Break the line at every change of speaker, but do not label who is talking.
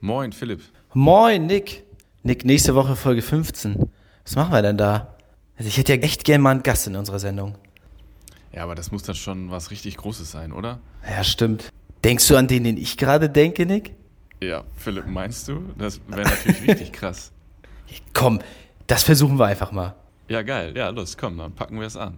Moin, Philipp.
Moin, Nick. Nick, nächste Woche Folge 15. Was machen wir denn da? Also ich hätte ja echt gern mal einen Gast in unserer Sendung.
Ja, aber das muss dann schon was richtig Großes sein, oder?
Ja, stimmt. Denkst du an den, den ich gerade denke, Nick?
Ja, Philipp, meinst du? Das wäre natürlich richtig krass.
Komm, das versuchen wir einfach mal.
Ja, geil. Ja, los, komm, dann packen wir es an.